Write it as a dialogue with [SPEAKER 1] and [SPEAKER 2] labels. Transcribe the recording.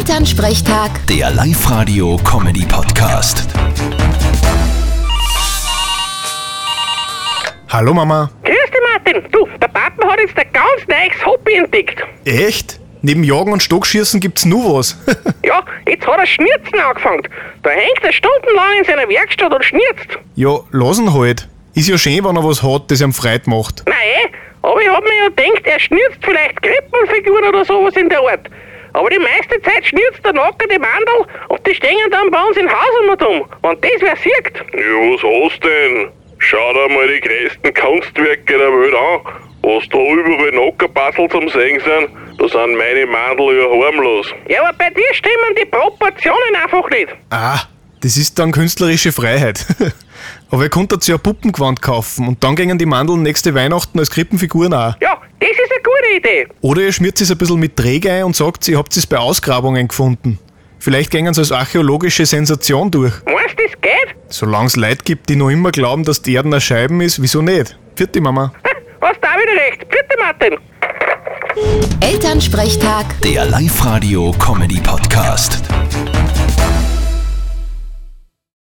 [SPEAKER 1] Elternsprechtag,
[SPEAKER 2] Der Live-Radio-Comedy-Podcast.
[SPEAKER 3] Hallo Mama.
[SPEAKER 4] Grüß dich, Martin. Du, der Papa hat jetzt ein ganz neues Hobby entdeckt.
[SPEAKER 3] Echt? Neben Jagen und Stockschießen gibt's nur was.
[SPEAKER 4] Ja, jetzt hat er Schnirzen angefangen. Da hängt er stundenlang in seiner Werkstatt und schnirzt.
[SPEAKER 3] ja, lassen halt. Ist ja schön, wenn er was hat, das ihm Freude macht.
[SPEAKER 4] Nein, aber ich hab mir ja gedacht, er schnirzt vielleicht Krippenfiguren oder sowas in der Art. Aber die meiste Zeit schnirzt der Nacker die Mandel und die stehen dann bei uns im Haus immer dumm. Und das wer sieht.
[SPEAKER 5] Ja, was hast denn? Schau dir mal die größten Kunstwerke der Welt an. Was da überall Nackerbassel zum Sehen sind, da sind meine Mandel ja harmlos.
[SPEAKER 4] Ja, aber bei dir stimmen die Proportionen einfach nicht.
[SPEAKER 3] Ah, das ist dann künstlerische Freiheit. Aber ihr konntet ja ein Puppengewand kaufen und dann gingen die Mandeln nächste Weihnachten als Krippenfiguren auch.
[SPEAKER 4] Ja, das ist eine gute Idee.
[SPEAKER 3] Oder ihr schmiert es ein bisschen mit Träge ein und sagt, ihr habt es bei Ausgrabungen gefunden. Vielleicht gingen sie als archäologische Sensation durch.
[SPEAKER 4] Meinst du, das geht?
[SPEAKER 3] Solange es Leute gibt, die noch immer glauben, dass die Erde eine Scheiben ist, wieso nicht? Vierte Mama.
[SPEAKER 4] Hast da wieder recht. Bitte, Martin.
[SPEAKER 1] Elternsprechtag.
[SPEAKER 2] Der Live-Radio-Comedy-Podcast.